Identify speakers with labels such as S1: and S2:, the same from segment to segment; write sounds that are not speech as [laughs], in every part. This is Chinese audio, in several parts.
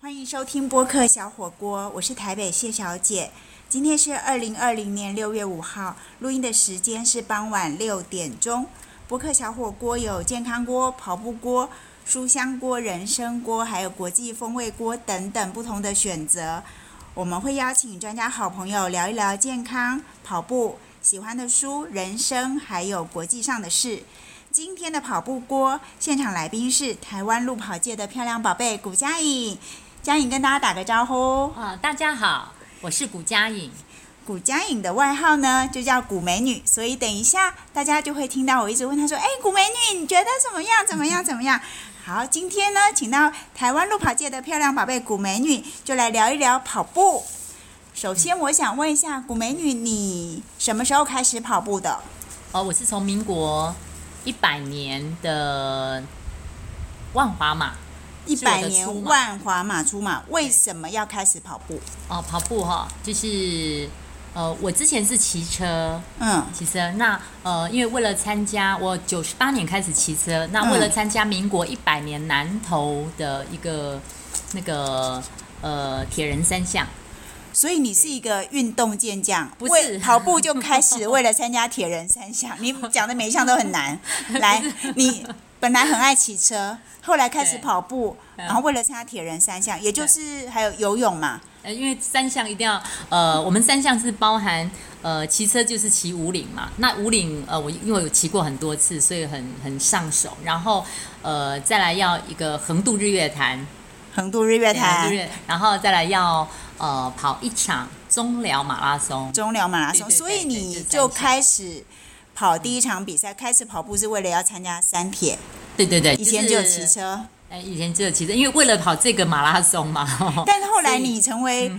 S1: 欢迎收听播客小火锅，我是台北谢小姐。今天是二零二零年六月五号，录音的时间是傍晚六点钟。播客小火锅有健康锅、跑步锅、书香锅、人参锅，还有国际风味锅等等不同的选择。我们会邀请专家好朋友聊一聊健康、跑步、喜欢的书、人生，还有国际上的事。今天的跑步锅现场来宾是台湾路跑界的漂亮宝贝谷佳颖，佳颖跟大家打个招呼。
S2: 啊，大家好，我是谷佳颖。
S1: 谷佳颖的外号呢就叫谷美女，所以等一下大家就会听到我一直问她说：“哎，谷美女，你觉得怎么样？怎么样？怎么样？”好，今天呢，请到台湾路跑界的漂亮宝贝谷美女，就来聊一聊跑步。首先，我想问一下谷美女，你什么时候开始跑步的？
S2: 哦，我是从民国一百年的万华马
S1: 一
S2: 是我
S1: 百
S2: 的出
S1: 年
S2: 马
S1: 万华马出马，为什么要开始跑步？
S2: 哦跑步哈、就是呃，我之前是骑车，
S1: 嗯
S2: 骑车。那呃，因为为了参加，我九十八年开始骑车，那为了参加民国一百年南投的一个那个呃铁人三项，
S1: 所以你是一个运动健将，
S2: 不是
S1: 为跑步就开始为了参加铁人三项，你讲的每一项都很
S2: [laughs]
S1: 难。来，你本来很爱骑车，后来开始
S2: 对
S1: 跑步，
S2: 嗯
S1: 然后为了参加铁人三项，也就是还有游泳嘛，
S2: 呃，因为三项一定要，呃，我们三项是包含，呃，骑车就是骑五岭嘛。那五岭，呃，我因为有骑过很多次，所以很很上手。然后，呃，再来要一个横渡日月潭，
S1: 横渡日月
S2: 对横
S1: 潭
S2: 渡日、月，然后再来要呃跑一场中寮马拉松。
S1: 中寮马拉松，
S2: 对对对
S1: 所以你
S2: 对这三
S1: 就
S2: 项
S1: 开始跑第一场比赛，开始跑步是为了要参加三铁，
S2: 对对对，
S1: 以前只有骑，车，
S2: 哎，以前只有骑车，因为为了跑这个马拉松嘛。
S1: 但是后来
S2: 所以嗯
S1: 你成为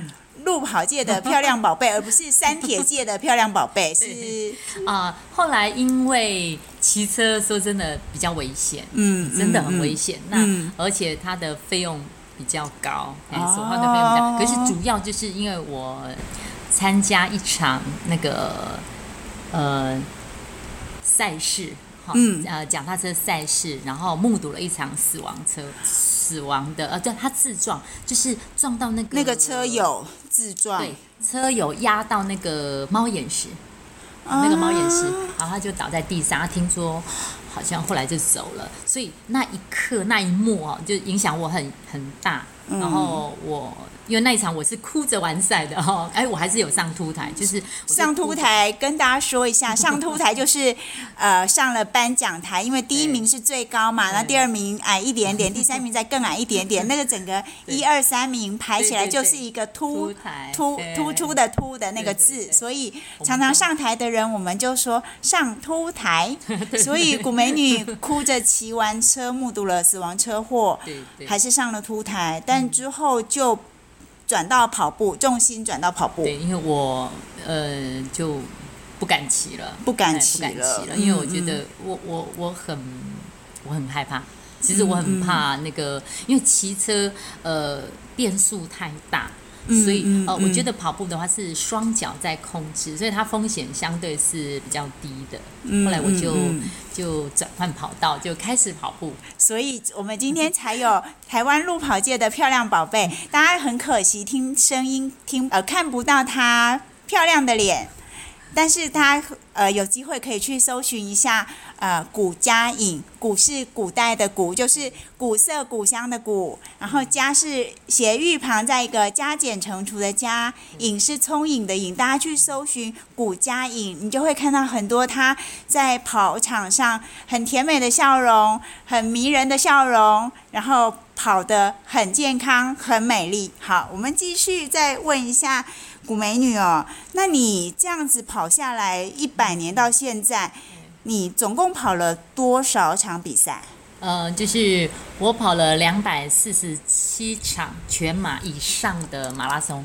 S1: 路跑界的漂亮宝贝，而不是三铁界的漂亮宝贝，是
S2: 对 [laughs] 啊、后来因为骑车，说真的比较危险。
S1: 嗯，嗯
S2: 真的很
S1: 嗯
S2: 危险。
S1: 嗯
S2: 那而且它的费用比较高，哎、
S1: 哦
S2: 所花的费用比较高。可是主要就是因为我参加一场那个呃赛事。哈
S1: 嗯
S2: 呃，脚踏车赛事，然后目睹了一场死亡车，死亡的，呃，对，他自撞，就是撞到那个
S1: 那个车，友自撞，
S2: 对，车友压到那个猫眼石，那个猫眼石，
S1: 啊
S2: 然后他就倒在地上，他听说好像后来就走了，所以那一刻那一幕哦，就影响我很很大。
S1: 嗯
S2: 然后我因为那一场我是哭着完赛的哦， [laughs] 哎，我还是有上凸台，就是我是
S1: 上
S2: 哭
S1: 凸
S2: 着，
S1: 台跟大家说一下，
S2: [laughs]
S1: 上凸台就是呃上了颁奖台，因为第一名是最高嘛，然后第二名矮一点点，第三名再更矮一点点，那个整个
S2: 对
S1: 一二三名排起来
S2: 对对
S1: 就是一个凸
S2: 凸台
S1: 突
S2: 对
S1: 突出的突的那个
S2: 对对
S1: 字，
S2: 对
S1: 所以
S2: 我们
S1: 常常
S2: 都
S1: 上台的人我们就说上凸
S2: [laughs]
S1: 台，所以古美女哭着骑完车，目睹了死亡车祸，
S2: 对对嗯
S1: 还是上了凸台，但之后就转到跑步，重心转到跑步，
S2: 对，因为我呃就不敢骑了，
S1: 不
S2: 哎
S1: 敢
S2: 不
S1: 骑
S2: 敢骑
S1: 了，
S2: 了，因为我
S1: 嗯
S2: 觉
S1: 嗯
S2: 得我我我很我很害怕。其实
S1: 嗯
S2: 我很怕那个，因为骑车呃变数太大，
S1: 嗯
S2: 所以
S1: 嗯
S2: 呃，
S1: 嗯
S2: 我觉得跑步的话是双脚在控制，所以它风险相对是比较低的。后来我就、
S1: 嗯
S2: 就转换跑道，就开始跑步。
S1: 所以我们今天才有台湾路跑界的漂亮宝贝。大家很可惜听声音听呃看不到她漂亮的脸，但是她呃有机会可以去搜寻一下呃古佳颖，古是古代的古，就是古色古香的古，然后佳是斜玉旁在一个加减乘除的加，颖是聪颖的颖。大家去搜寻古佳颖，你就会看到很多她在跑场上很甜美的笑容，很迷人的笑容，然后跑得很健康、很美丽。好，我们继续再问一下古美女哦，那你这样子跑下来一百年到现在，你总共跑了多少场比赛？
S2: 呃，就是我跑了两百四十七场全马以上的马拉松，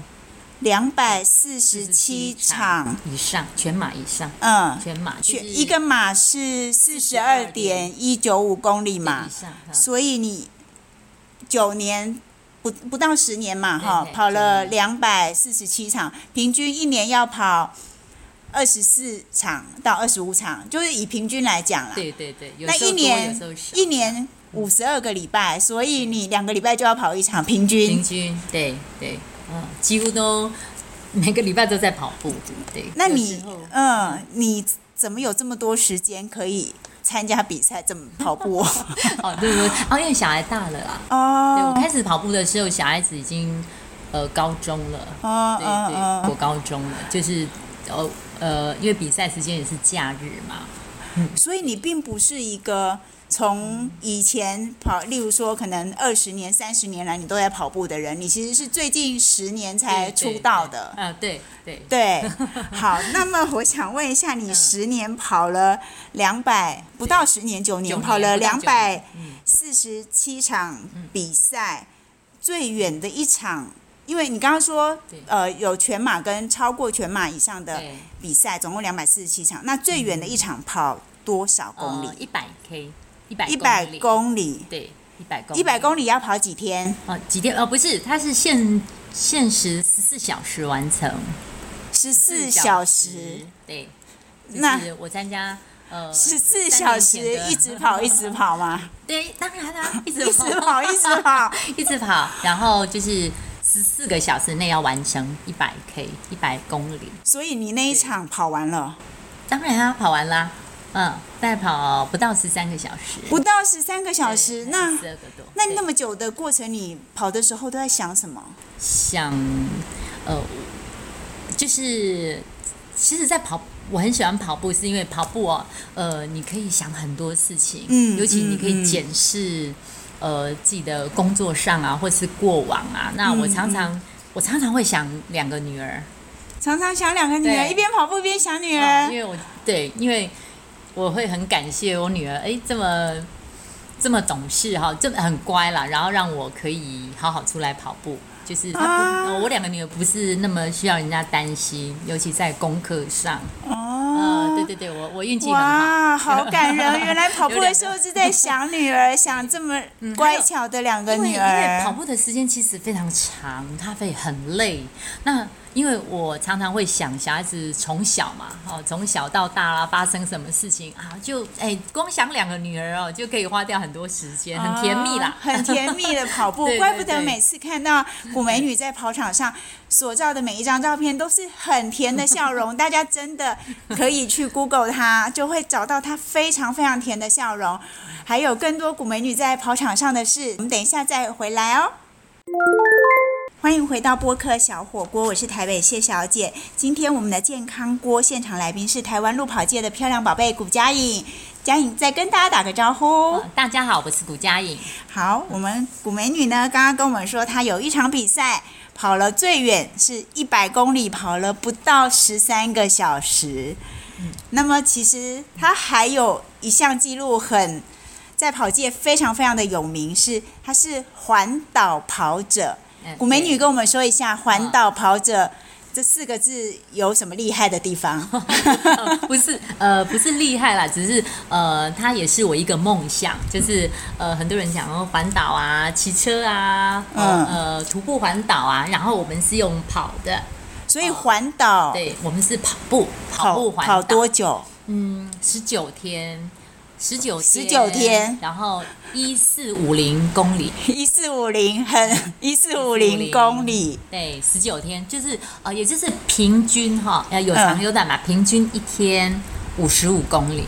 S1: 两百四十七场，
S2: 以上全马以上
S1: 嗯，
S2: 全马，就是
S1: 全一个马是四十二点一九五公里嘛
S2: 以，上哈
S1: 所以你九年不不到十年嘛，
S2: 对
S1: 哈，
S2: 对
S1: 跑了
S2: 九
S1: 两百四十七场，平均一年要跑二十四场到二十五场，就是以平均来讲啦。
S2: 对对对，有
S1: 那
S2: 时候
S1: 一
S2: 多
S1: 年
S2: 有时候少嗯
S1: 一年五十二个礼拜，所以你两个礼拜就要跑一场，平均
S2: 平。均对对，嗯，几乎都每个礼拜都在跑步，对。
S1: 那
S2: 有
S1: 你
S2: 时候
S1: 嗯，你怎么有这么多时间可以参加比赛？怎么跑
S2: [laughs]
S1: 步？ [laughs]
S2: 哦，对对，哦，因为小孩大了啦。对我
S1: 哦，
S2: 开始跑步的时候，小孩子已经呃高中了，
S1: 哦
S2: 对
S1: 哦
S2: 对，
S1: 哦，
S2: 国高中了，就是呃呃，因为比赛时间也是假日嘛，
S1: 所以你并不是一个从以前跑，例如说可能二十年、三十年来你都在跑步的人，你其实是最近十年才
S2: 对对
S1: 出道的。
S2: 啊，对对，
S1: 对，好，那么我想问一下，你十年跑了两百，不到十年，九年
S2: 九
S1: 跑了
S2: 年不到
S1: 两
S2: 九
S1: 百
S2: 年嗯
S1: 四十七场比赛，最远的一场，因为你刚刚说
S2: 对，
S1: 呃，有全马跟超过全马以上的
S2: 对，
S1: 比赛，总共两百四十七场，那最远的一场跑多少公
S2: 呃
S1: 里？
S2: 一百 K，一百
S1: 一百
S2: 里，
S1: 公里，
S2: 对，一百公里，
S1: 一百公里要跑几天？
S2: 哦，几天？哦，不是，它是限限时十四小时完成，
S1: 十四小时，，
S2: 对，
S1: 那
S2: 就是我参加。呃，
S1: 十四
S2: 三
S1: 小
S2: 年前
S1: 时
S2: 的
S1: 一直跑，一直跑吗？
S2: 对，当然啦、 [laughs] 一直
S1: [laughs] 一直跑，一直跑。
S2: [laughs] 一直跑，然后就是十四个小时内要完成一百 K 一百公里。
S1: 所以你那一场跑完了，
S2: 当然啊，跑完啦，嗯，再跑不到十三个小时，
S1: 不到十三个小时，那
S2: 十二个多。
S1: 那那
S2: 么
S1: 么久的过程，你跑的时候都在想什么？
S2: 想，呃，就是其实，在跑。我很喜欢跑步，是因为跑步哦，呃，你可以想很多事情，
S1: 嗯
S2: 尤其你可
S1: 嗯嗯
S2: 以检视，呃，自己的工作上啊，或是过往啊。那我
S1: 嗯
S2: 常常，我常常会想两个女儿，
S1: 常常想两个女儿，
S2: 对
S1: 一边跑步一边想女
S2: 啊
S1: 儿
S2: 因。为我对，因为我会很感谢我女儿，哎，这么这么懂事哈，这么很乖啦，然后让我可以好好出来跑步。就是她不，
S1: 啊
S2: 呃我两个女儿不是那么需要人家担心，尤其在功课上。呃，对
S1: 哦，
S2: 对对，我我运气很好。
S1: 哇，好感人！原来跑步的时候
S2: [laughs] 有
S1: 是在想女儿，想这么
S2: 嗯还
S1: 乖
S2: 有
S1: 巧的两个
S2: 因为
S1: 女
S2: 因为跑
S1: 儿。
S2: 步的时间其实非常长，他会很累。那因为我常常会想小孩子从小嘛，哦，从小到大啦，发生什么事情啊，就哎，光想两个女儿哦，就可以花掉很多时间，很甜蜜啦
S1: 啊。很甜蜜的跑步
S2: [laughs] 对，对
S1: 怪不得
S2: 对
S1: 每次看到古美女在跑场上所照的每一张照片都是很甜的笑容。 [laughs] 大家真的可以去 Google 她，就会找到她非常非常甜的笑容。还有更多古美女在跑场上的事，我们等一下再回来哦。欢迎回到播客小火锅，我是台北谢小姐。今天我们的健康锅现场来宾是台湾路跑界的漂亮宝贝古佳颖，佳颖再跟大家打个招呼。
S2: 啊大家好，我是古佳颖，
S1: 好，我们古美女呢，刚刚跟我们说，她有一场比赛跑了最远是一百公里，跑了不到十三个小时。那么其实她还有一项记录很在跑界非常非常的有名，是她是环岛跑者。
S2: 嗯
S1: 古美女
S2: 对 [laughs]
S1: 跟我们说一下环岛跑者。这四个字有什么厉害的地方？ [laughs]
S2: 呃不是呃不是厉害啦，只是呃，它也是我一个梦想，就是呃，很多人讲哦，环岛啊，骑车啊，
S1: 嗯
S2: 呃呃，徒步环岛啊，然后我们是用跑的，
S1: 所以环岛
S2: 对，我们是跑步，跑
S1: 跑
S2: 步环岛，
S1: 跑多久？
S2: 嗯，十九天，十九
S1: 19天
S2: 然后一四五零公里，
S1: 一四五零 [laughs] 很一四五零公里，
S2: 对，十九天就是呃，也就是平均哈，呃，有长
S1: 嗯
S2: 有短嘛，平均一天五十五公里，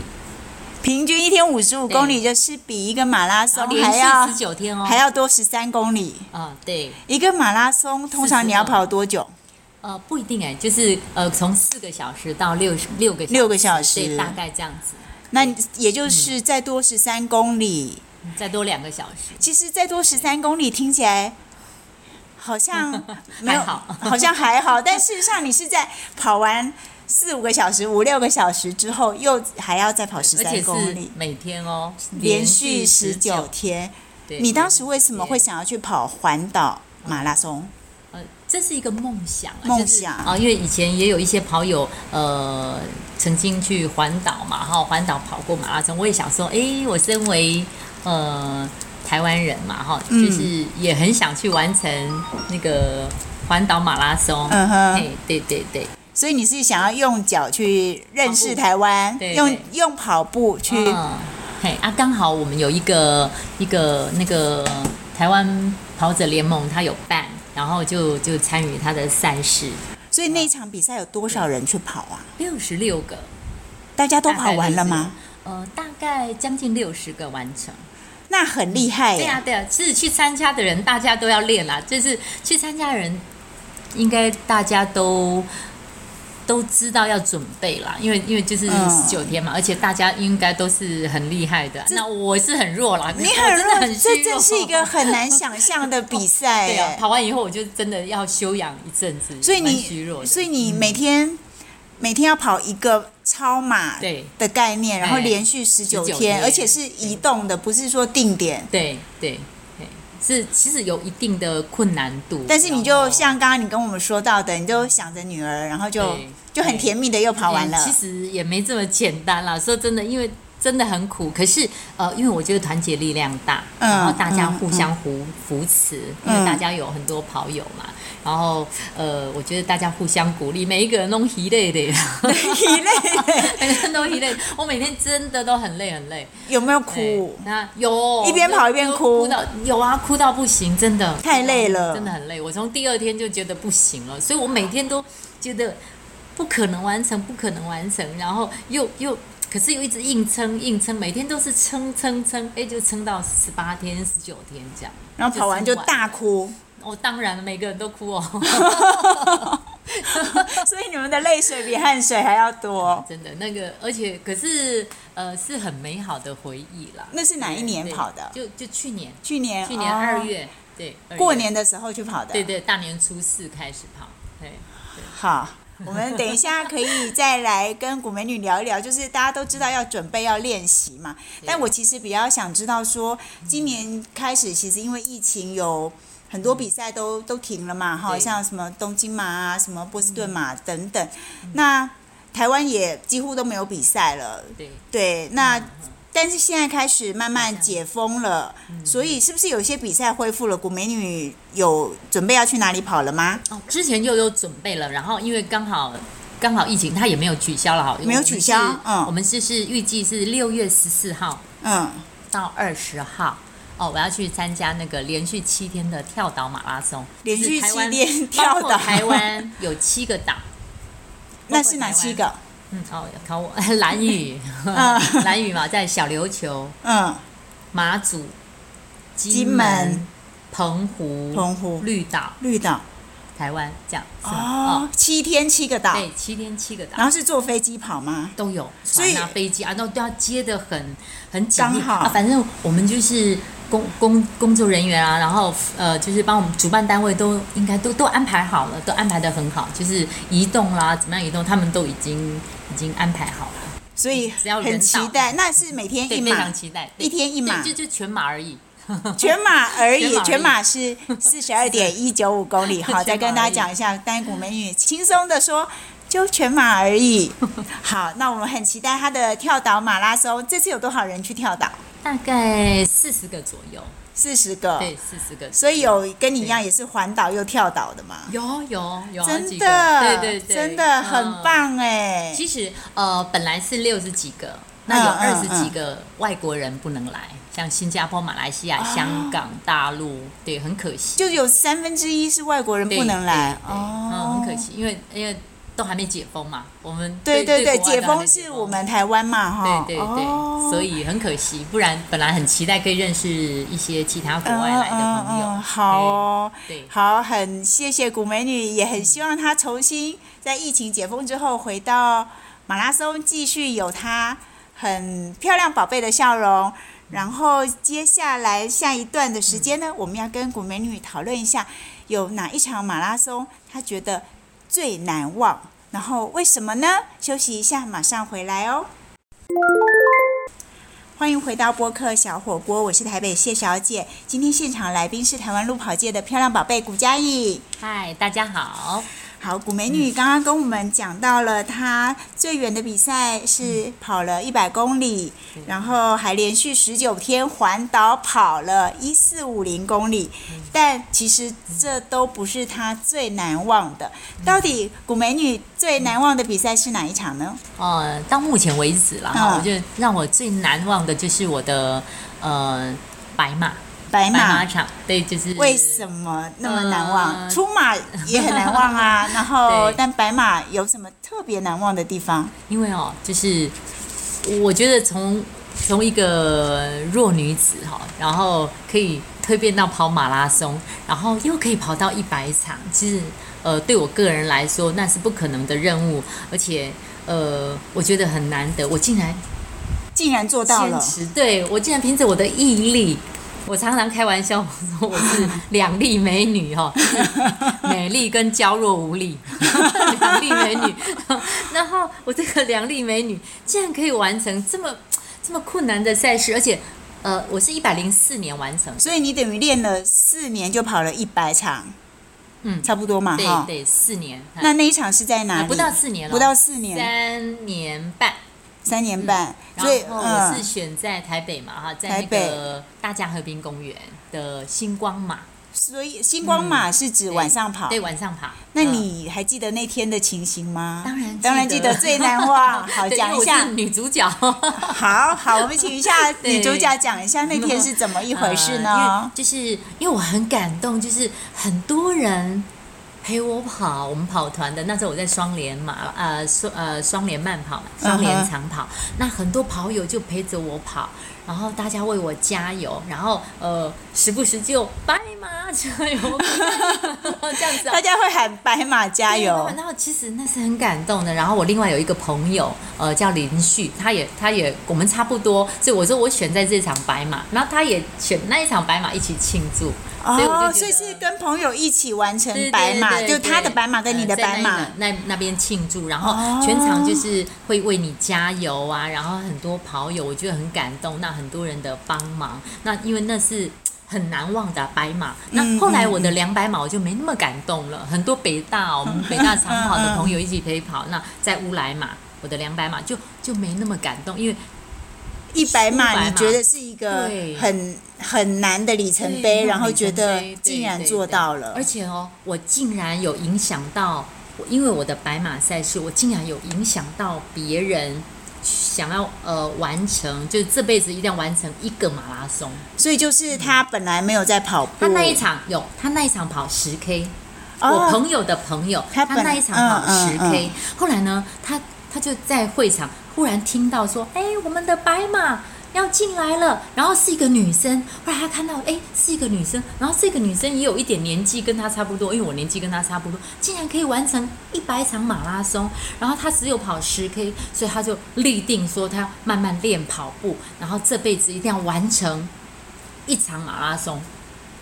S1: 平均一天五十五公里，就是比一个马拉
S2: 然
S1: 松
S2: 后连
S1: 哦还要
S2: 续十九天哦，
S1: 还要多十三公里。
S2: 啊、对，
S1: 一个马拉松通常你要跑多久？
S2: 呃，不一定哎，就是呃，从四个小时到六六个小
S1: 六个小
S2: 对，
S1: 时。
S2: 大概这样子，
S1: 那也就是再多十三公里。
S2: 再多两个小时，
S1: 其实再多十三公里听起来好 [laughs] 像没有，
S2: 好
S1: [laughs] 好像还好。但事实上，你是在跑完四五个小时、五六个小时之后，又还要再跑十
S2: 而且
S1: 三公
S2: 是
S1: 里，
S2: 每天哦，
S1: 连续十九
S2: 19。
S1: 天。
S2: 对
S1: 你当时为什么会
S2: 对
S1: 想要去跑环岛马拉松？
S2: 呃，这是一个梦想啊，
S1: 梦
S2: 就是
S1: 想
S2: 啊、因为以前也有一些跑友，呃，曾经去环岛嘛，哈，环岛跑过马拉松，我也想说，诶，我身为呃台湾人嘛，哈，
S1: 嗯
S2: 就是也很想去完成那个环岛马拉松。
S1: 嗯哼，
S2: 哎，对对对，
S1: 所以你是想要用脚去认识台湾
S2: 对，对
S1: 用用跑步去
S2: 嗯嘿啊，刚好我们有一个一个那个台湾跑者联盟，他有办，然后就就参与他的赛事，
S1: 所以那场比赛有多少人去跑啊？
S2: 六十六个，
S1: 大家都跑完了吗？
S2: 呃，大概将近六十个完成。
S1: 那很厉害
S2: 对
S1: 耶！
S2: 啊，对啊，其实去参加的人大家都要练啦，就是去参加的人应该大家都都知道要准备啦，因为因为就是
S1: 嗯
S2: 十九天嘛，而且大家应该都是很厉害的。
S1: 这
S2: 那我是很弱啦，
S1: 你
S2: [laughs] 我
S1: 很
S2: 真的
S1: 弱，
S2: 很虚弱
S1: 这真是一个很难想象的比赛
S2: 对啊，
S1: 耶。
S2: 跑完以后我就真的要休养一阵子，
S1: 所以
S2: 蛮虚弱
S1: 你，
S2: 的，嗯
S1: 所以你每天每天要跑一个超马
S2: 对
S1: 的概念，然后
S2: 哎
S1: 连续十九
S2: 19
S1: 天，
S2: 天
S1: 而且是移动的，不是说定点。
S2: 对对对，是其实有一定的困难度，
S1: 但是你
S2: 然
S1: 就
S2: 后
S1: 像刚刚你跟我们说到的，你就想着女儿，然后就
S2: 对
S1: 就很甜蜜的又跑完了
S2: 嗯。其实也没这么简单啦，说真的，因为真的很苦。可是呃，因为我觉得团结力量大，
S1: 嗯
S2: 然后大家
S1: 嗯
S2: 互相扶、扶持，因
S1: 嗯
S2: 为大家有很多跑友嘛。然后呃，我觉得大家互相鼓励，每一个人都疲
S1: [laughs]
S2: 累的，
S1: 疲累
S2: [laughs] 每个人都疲累。我每天真的都很累很累，
S1: 有没有
S2: 对
S1: 哭？
S2: 哎那有
S1: 一边跑一边
S2: 有
S1: 哭
S2: 哭到有啊，哭到不行，真的
S1: 太累了
S2: 真的很累。我从第二天就觉得不行了，所以我每天都觉得不可能完成，不可能完成，然后又又。可是又一直硬撑硬撑，每天都是撑撑撑，哎，就撑到十八天、十九天这样。
S1: 然后跑完就
S2: 就撑完
S1: 大
S2: [laughs]
S1: 哭，
S2: 哦，当然了，每个人都
S1: [laughs]
S2: 哭哦。
S1: 所以你们的泪水比汗水还要多。
S2: 真的那个，而且可是呃是很美好的回忆啦。
S1: 那是哪一年跑的？
S2: 对就就去年，
S1: 去年，
S2: 去年
S1: 哦
S2: 二月，对，二月
S1: 过年的时候去跑的。
S2: 对对，大年初四开始跑，对，
S1: 好，我们等一下可以再来跟古美女聊一聊，就是大家都知道要准备要练习嘛，但我其实比较想知道说，今年开始其实因为疫情有。很多比赛都都停了嘛，哈，
S2: 对
S1: 像什么东京马啊、什么波士顿马等等。
S2: 嗯
S1: 那台湾也几乎都没有比赛了，
S2: 对。
S1: 对。那、
S2: 嗯嗯
S1: 但是现在开始慢慢解封了，所以是不是有一些比赛恢复了？古美女有准备要去哪里跑了吗？
S2: 哦，之前又有准备了，然后因为刚好刚好疫情，它也没有取消了哈，
S1: 没有取消
S2: 我们是
S1: 嗯
S2: 我们就是预计是六月十四号
S1: 嗯，
S2: 到二十号。哦，我要去参加那个连续七天的跳岛马拉松，
S1: 连续
S2: 是台湾
S1: 七天跳岛
S2: 包括台湾有七个岛，
S1: 那是哪七个？
S2: 嗯，哦，要考我 [laughs] 蓝屿，
S1: 嗯
S2: [laughs] 蓝屿嘛，在小琉球、
S1: 嗯，
S2: 马祖、金
S1: 金门
S2: 澎湖、
S1: 澎湖、
S2: 绿岛、
S1: 绿岛
S2: 台湾这样是吗？
S1: 哦，七天七个岛，
S2: 对，七天七个岛
S1: 然后是坐飞机跑吗？
S2: 都有，
S1: 所以
S2: 船啊、飞机啊，都都要接的很很紧密
S1: 刚好
S2: 啊。反正我们就是工工工作人员啊，然后呃，就是帮我们主办单位都应该都都安排好了，都安排的很好，就是移动啦，怎么样移动，他们都已经已经安排好了，
S1: 所以
S2: 嗯只要人
S1: 很期
S2: 到
S1: 待。那是每天一
S2: 对，非
S1: 马
S2: 常，期待。对
S1: 一天一马
S2: 对，就就全马而已。
S1: 全马而已，全
S2: 全马
S1: 马是四十二点一九五公里。
S2: [laughs]
S1: 好，再跟大家讲一下，单股美女轻松的说。就全马而
S2: [laughs]
S1: 已。好，那我们很期待她的跳岛马拉松。这次有多少人去跳岛？
S2: [laughs] 大概四十个左右，
S1: 四十个。
S2: 对，四十个左右。
S1: 所以有跟你一样也是环岛又跳岛的嘛？
S2: 有有有好
S1: 真
S2: 几个
S1: 的，
S2: 对对对，
S1: 真的很
S2: 嗯
S1: 棒哎！
S2: 其实呃，本来是六十几个，那有
S1: 嗯嗯
S2: 二十几个外国人不能来，像新加坡、马来西亚、香港、大陆，对，很可惜，
S1: 哦就有三分之一是外国人
S2: 对
S1: 不能来
S2: 对对
S1: 哦
S2: 嗯，，很可。惜，因为因为都还没解封嘛，我们
S1: 对
S2: 对
S1: 对，
S2: 国外
S1: 解
S2: 都还没
S1: 封是我们台湾嘛，哈
S2: 对。对对，
S1: 哦
S2: 所以很可惜，不然本来很期待可以认识一些其他国
S1: 嗯
S2: 外来的朋友，
S1: 嗯嗯好哦，
S2: 对，
S1: 好，很谢谢古美女，也很希望她重新在疫情解封之后回到马拉松，继续有她很漂亮宝贝的笑容。然后接下来下一段的时间呢，我们要跟古美女讨论一下，有哪一场马拉松她觉得最难忘，然后为什么呢？休息一下，马上回来哦。欢迎回到播客小火锅，我是台北谢小姐。今天现场来宾是台湾路跑界的漂亮宝贝谷佳颖。
S2: 嗨，大家好，
S1: 好，古美女刚刚跟我们讲到了，她最远的比赛是跑了一百公里，
S2: 对
S1: 然后还连续十九天环岛跑了一四五零公里，但其实这都不是她最难忘的。到底古美女最难忘的比赛是哪一场呢？
S2: 呃，到目前为止啦，哈、
S1: 嗯
S2: 我觉得让我最难忘的就是我的呃白马
S1: 白
S2: 白马
S1: 马。
S2: 场，对，就是
S1: 哎为什么那么难忘？
S2: 呃
S1: 出马也很难忘
S2: [laughs]
S1: 啊，然后
S2: 对
S1: 但白马有什么特别难忘的地方？
S2: 因为哦，就是我觉得从从一个弱女子哈、然后可以蜕变到跑马拉松，然后又可以跑到一百场，其实呃，对我个人来说那是不可能的任务，而且呃，我觉得很难得，我竟然
S1: 竟然做到
S2: 坚
S1: 了，
S2: 持，对我竟然凭着我的毅力。我常常开玩笑，我说我是两粒美
S1: [laughs]
S2: 女哈、哦，美丽跟娇弱无力，两粒美女。然后我这个两粒美女竟然可以完成这么这么困难的赛事，而且呃，我是一百零四年完成，
S1: 所以你等于练了四年就跑了一百场，
S2: 嗯
S1: 差不多嘛
S2: 对
S1: 啊哈。
S2: 对，四年，
S1: 那那一场是在哪
S2: 也
S1: 里？
S2: 不到四年了，
S1: 不到四年，
S2: 三年半。
S1: 三年半。
S2: 然
S1: 所以
S2: 后我是
S1: 嗯，
S2: 选在台北嘛哈，在
S1: 台
S2: 那
S1: 北
S2: 个大家和平公园的星光马，
S1: 所以星光马是指晚上跑。
S2: 嗯对，晚上跑。
S1: 那
S2: 嗯
S1: 你还记得那天的情形吗？
S2: 当然
S1: 当然记得最难
S2: [laughs]
S1: 忘。好，呃
S2: 对
S1: 讲
S2: 因为
S1: 一
S2: 我
S1: 下
S2: 是。女主角，
S1: 好好，我们请一下
S2: [laughs] 对
S1: 女主角讲一下那天是怎么 [laughs] 一回
S2: [laughs]
S1: 事
S2: 呃因为
S1: 呢？
S2: 就是因为我很感动，就是很多人陪我跑，我们跑团的那时候我在双联马，呃双呃双联慢跑嘛，
S1: 嗯
S2: 双联长跑那很多跑友就陪着我跑。然后大家为我加油，然后呃，时不时就拜马加
S1: [laughs]
S2: 油，这样子、哦
S1: 大。家会喊白马加油
S2: 对。然后其实那是很感动的。然后我另外有一个朋友，呃，叫林旭，他也他也我们差不多，所以我说我选在这场白马，然后他也选那一场白马一起庆祝。所以我就觉
S1: 哦，
S2: 得
S1: 所以是跟朋友一起完成
S2: 对对
S1: 白马，
S2: 对
S1: 就
S2: 对
S1: 他的白马跟你的
S2: 呃在
S1: 白马。
S2: 那一那那边庆祝，然
S1: 哦
S2: 后全场就是会为你加油啊，然后很多跑友，我觉得很感动，那很多人的帮忙，那因为那是。很难忘的啊白马，
S1: 嗯
S2: 那后来我的两百马我就没那么感动了。很多北大
S1: [laughs]
S2: 哦，我们北大长
S1: 嗯
S2: 跑的朋友一起陪跑，那在乌来马，我的两百马就就没那么感动，因为
S1: 一百
S2: 100
S1: 码，
S2: 码
S1: 你觉得是一个
S2: 对
S1: 很很难的里程碑，
S2: 对
S1: 然后觉得
S2: 里程碑对
S1: 竟然
S2: 对
S1: 做
S2: 对
S1: 到了
S2: 而，且哦，我竟然有影响到，我因为我的白马赛事，我竟然有影响到别人想要呃完成，就是这辈子一定要完成一个马拉松。
S1: 所以就是他本来没有在跑步，
S2: 嗯他那一场有，他那一场跑十 K，、我
S1: 哦，
S2: 朋友的朋友，
S1: 他
S2: 他
S1: 本
S2: 那一场跑
S1: 嗯
S2: 十
S1: 嗯
S2: K，、后来呢，他他就在会场忽然听到说，哎，我们的白马。要进来了，然后是一个女生，后来他看到，哎，是一个女生，然后这个女生也有一点年纪，跟她差不多，因为我年纪跟她差不多，竟然可以完成一百场马拉松，然后她只有跑十 K，所以她就立定说她要慢慢练跑步，然后这辈子一定要完成一场马拉松，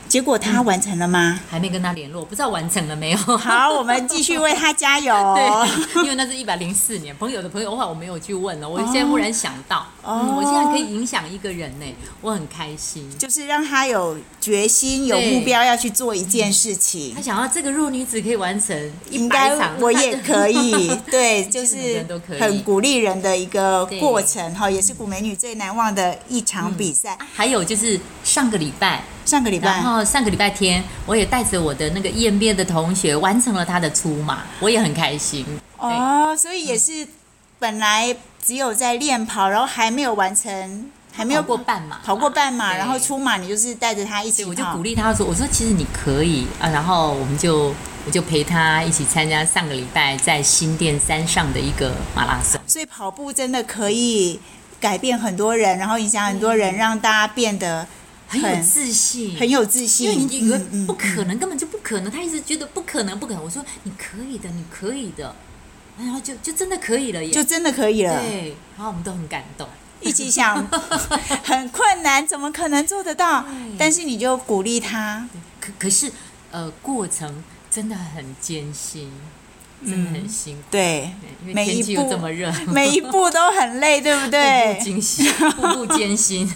S1: 结果他完成了吗？
S2: 还没跟她联络，不知道完成了没有。
S1: 好，我们继续为他加油。
S2: 嗯 [laughs] 对，因为那是一百零四年，朋友的朋友的话我没有去问了，我现在忽然想到，
S1: 哦
S2: 嗯，我现在可以影响一个人呢，我很开心。
S1: 就是让他有决心、有
S2: 对
S1: 目标要去做一件事情
S2: 他。想要这个弱女子可以完成
S1: 应
S2: 一百
S1: 该
S2: 场，，
S1: 我也可以
S2: [laughs]
S1: 对，
S2: 其
S1: 就
S2: 实每个
S1: 是
S2: 人都可以
S1: 很鼓励人的一个
S2: 对嗯
S1: 过程哈，也是古美女最难忘的一场比赛。
S2: 还有就是上个礼拜，
S1: 上个礼
S2: 然
S1: 拜，
S2: 后上个礼拜天，我也带着我的那个验边的同学完成了他的出马，我也很开心。对
S1: 哦，所以也是本来只有在练跑，然后还没有完成，还没有
S2: 跑过半马，
S1: 跑过半马，
S2: 对
S1: 然后出马，你就是带着他一起
S2: 对，
S1: 跑。
S2: 我就鼓励他说：“我说其实你可以啊。”然后我们就我就陪他一起参加上个礼拜在新店山上的一个马拉松。
S1: 所以跑步真的可以改变很多人，然后影响很多
S2: 嗯
S1: 人，让大家变得
S2: 很
S1: 很
S2: 有自信，
S1: 很有自
S2: 因为你
S1: 信。
S2: 就以为
S1: 嗯嗯
S2: 不可能，根本就不可能。他一直觉得不可能，不可能。我说你可以的，你可以的，然后就就真的可以了耶。
S1: 就真的可以了。
S2: 对，然后我们都很感动。
S1: 一起
S2: [laughs]
S1: 想，很困难，怎么可能做得到？但是你就鼓励他，
S2: 可可是呃，过程真的很艰辛，真的很辛苦。
S1: 对，
S2: 对因为
S1: 每一
S2: 天气又
S1: 步
S2: 这么热，
S1: 每
S2: [laughs]
S1: 一步都很累，对不
S2: 步步
S1: 对？
S2: 艰辛，步步艰辛。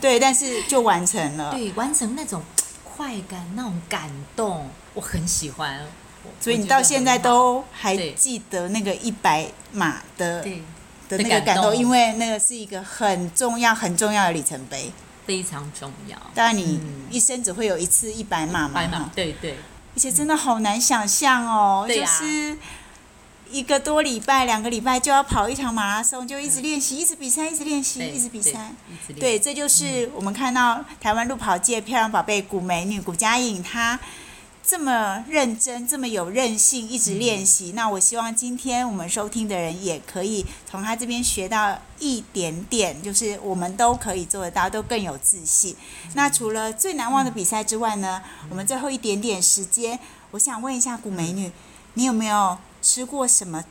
S1: 对，但是就完成了。
S2: 对，完成那种快感，那种感动，我很喜欢。
S1: 所以你到现在都还
S2: 对
S1: 记得那个一百码的
S2: 对
S1: 的
S2: 的
S1: 那个
S2: 感
S1: 感动，
S2: 动
S1: 因为那个是一个很重要、很重要的里程碑。
S2: 非常重要。
S1: 当然，你一生只会有一次一百码嘛，
S2: 白马
S1: 哈
S2: 对对
S1: 而且真的好难想象哦，
S2: 对
S1: 就
S2: 啊
S1: 是一个多礼拜、两个礼拜就要跑一场马拉松，就一直练习，一直比赛，一直练习，
S2: 对，
S1: 一直比
S2: 对
S1: 赛。，
S2: 一直练
S1: 对，这就是我们看到台湾路跑界漂亮宝贝古美女古佳颖，她这么认真，这么有韧性，一直练习。那我希望今天我们收听的人也可以从她这边学到一点点，就是我们都可以做得到，都更有自信。那除了最难忘的比赛之外呢，我们最后一点点时间，我想问一下古美女，你有没有吃过什么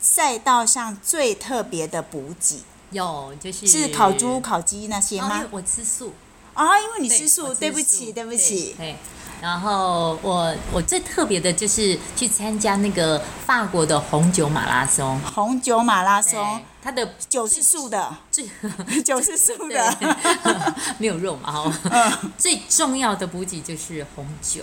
S1: 赛道上最特别的补给？
S2: 有就是
S1: 是烤猪、烤鸡那些
S2: 哦
S1: 吗
S2: 因为？我吃素，
S1: 哦，因为你
S2: 对
S1: 吃
S2: 我
S1: 素，对不
S2: 素
S1: 起，对不起。
S2: 对，然后我我最特别的就是去参加那个法国的红酒马拉松，
S1: 红酒马拉
S2: 对
S1: 松，，
S2: 它的
S1: 酒是素的，
S2: 最
S1: [laughs] 酒是素
S2: 对
S1: 的。
S2: [laughs] 没有肉嘛哈、
S1: 嗯
S2: [laughs] 最重要的补给就是红酒。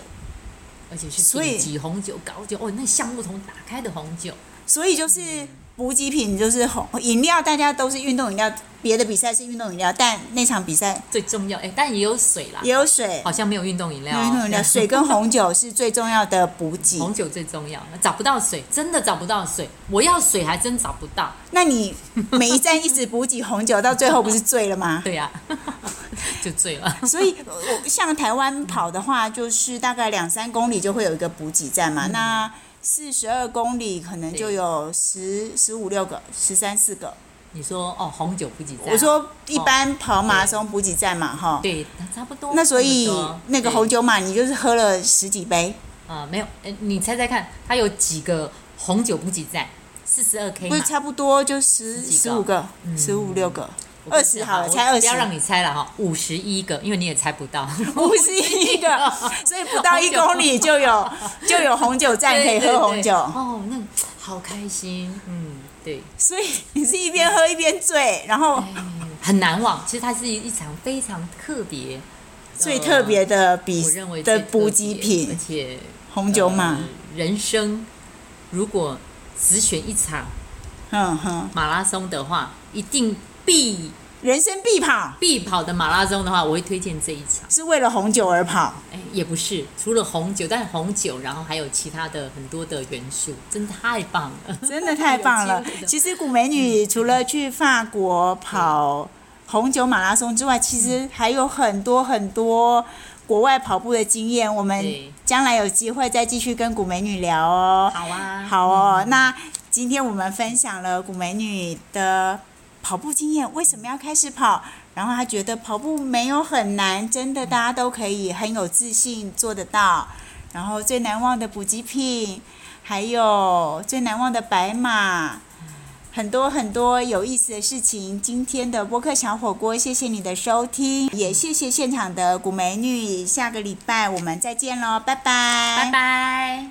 S2: 而且是
S1: 所以
S2: 顶级红酒、高酒哦，那橡木桶打开的红酒，
S1: 所以就是补给品，就是红饮料，大家都是运动饮料，别的比赛是运动饮料，但那场比赛
S2: 最重要哎，但也有水啦，
S1: 也有水，
S2: 好像没有运动饮料
S1: 没
S2: 哦，
S1: 有运动饮料，水跟红酒是最重要的补 [laughs] 给。
S2: 红酒最重要，找不到水，真的找不到水，我要水还真找不到。
S1: 那你每一站一直补给红酒，到最后不是醉了吗？
S2: 对呀、 [laughs] 就醉 [laughs] 了。
S1: 所以，呃我像台湾跑的话，就是大概两三公里就会有一个补给站
S2: 嗯
S1: 嘛。那四十二公里可能就有十十五六个、十三四个。
S2: 你说哦，红酒补给站，
S1: 我说一般跑马拉松补给站嘛，哈。
S2: 对，差不多。
S1: 那所以
S2: 差不多
S1: 那个红酒嘛，你就是喝了十几杯，
S2: 对啊、没有，哎，你猜猜看，它有几个红酒补给站？四十二 K
S1: 不是
S2: 嘛，
S1: 差不多就十
S2: 十几
S1: 十
S2: 个嗯
S1: 五个、十五六个、
S2: 我
S1: 二
S2: 跟你
S1: 十
S2: 讲
S1: 好了，
S2: 我
S1: 才二
S2: 不
S1: 十 [laughs]
S2: 要，让你猜了哈，五十一个，因为你也猜不到，
S1: 五十一
S2: [laughs]
S1: 个，所以不到一公里就有就有红酒站可以
S2: 对对对
S1: 喝红酒，
S2: 哦，那好开心，嗯，对。
S1: 所以你是一边喝一边醉，然后
S2: 哎很难忘。其实它是一场非常特别、
S1: 最特别的
S2: 呃
S1: 比
S2: 我认
S1: 的
S2: 为最特别
S1: 补给
S2: 而
S1: 品
S2: 且
S1: 红酒嘛
S2: 呃，人生如果只选一场呃
S1: 嗯哼，
S2: 马拉松的话，一定必
S1: 人生必跑
S2: 必跑的马拉松的话，我会推荐这一场。
S1: 是为了红酒而跑，
S2: 哎，也不是，除了红酒，但红酒，然后还有其他的很多的元素，真的太棒了。
S1: 真的太棒了
S2: 嗯 [laughs] 有机会。的嗯
S1: 其实古美女除了去法国跑红酒马拉松之外，其实
S2: 嗯
S1: 还有很多很多国外跑步的经验。我们
S2: 对
S1: 将来有机会再继续跟古美女聊哦。
S2: 好啊，
S1: 好哦，那今天我们分享了古美女的跑步经验，为什么要开始跑？然后她觉得跑步没有很难，真的大家都可以很有自信做得到。然后最难忘的补给品，还有最难忘的白马，很多很多有意思的事情。今天的播客小火锅，谢谢你的收听，也谢谢现场的古美女。下个礼拜我们再见喽，拜拜，
S2: 拜拜。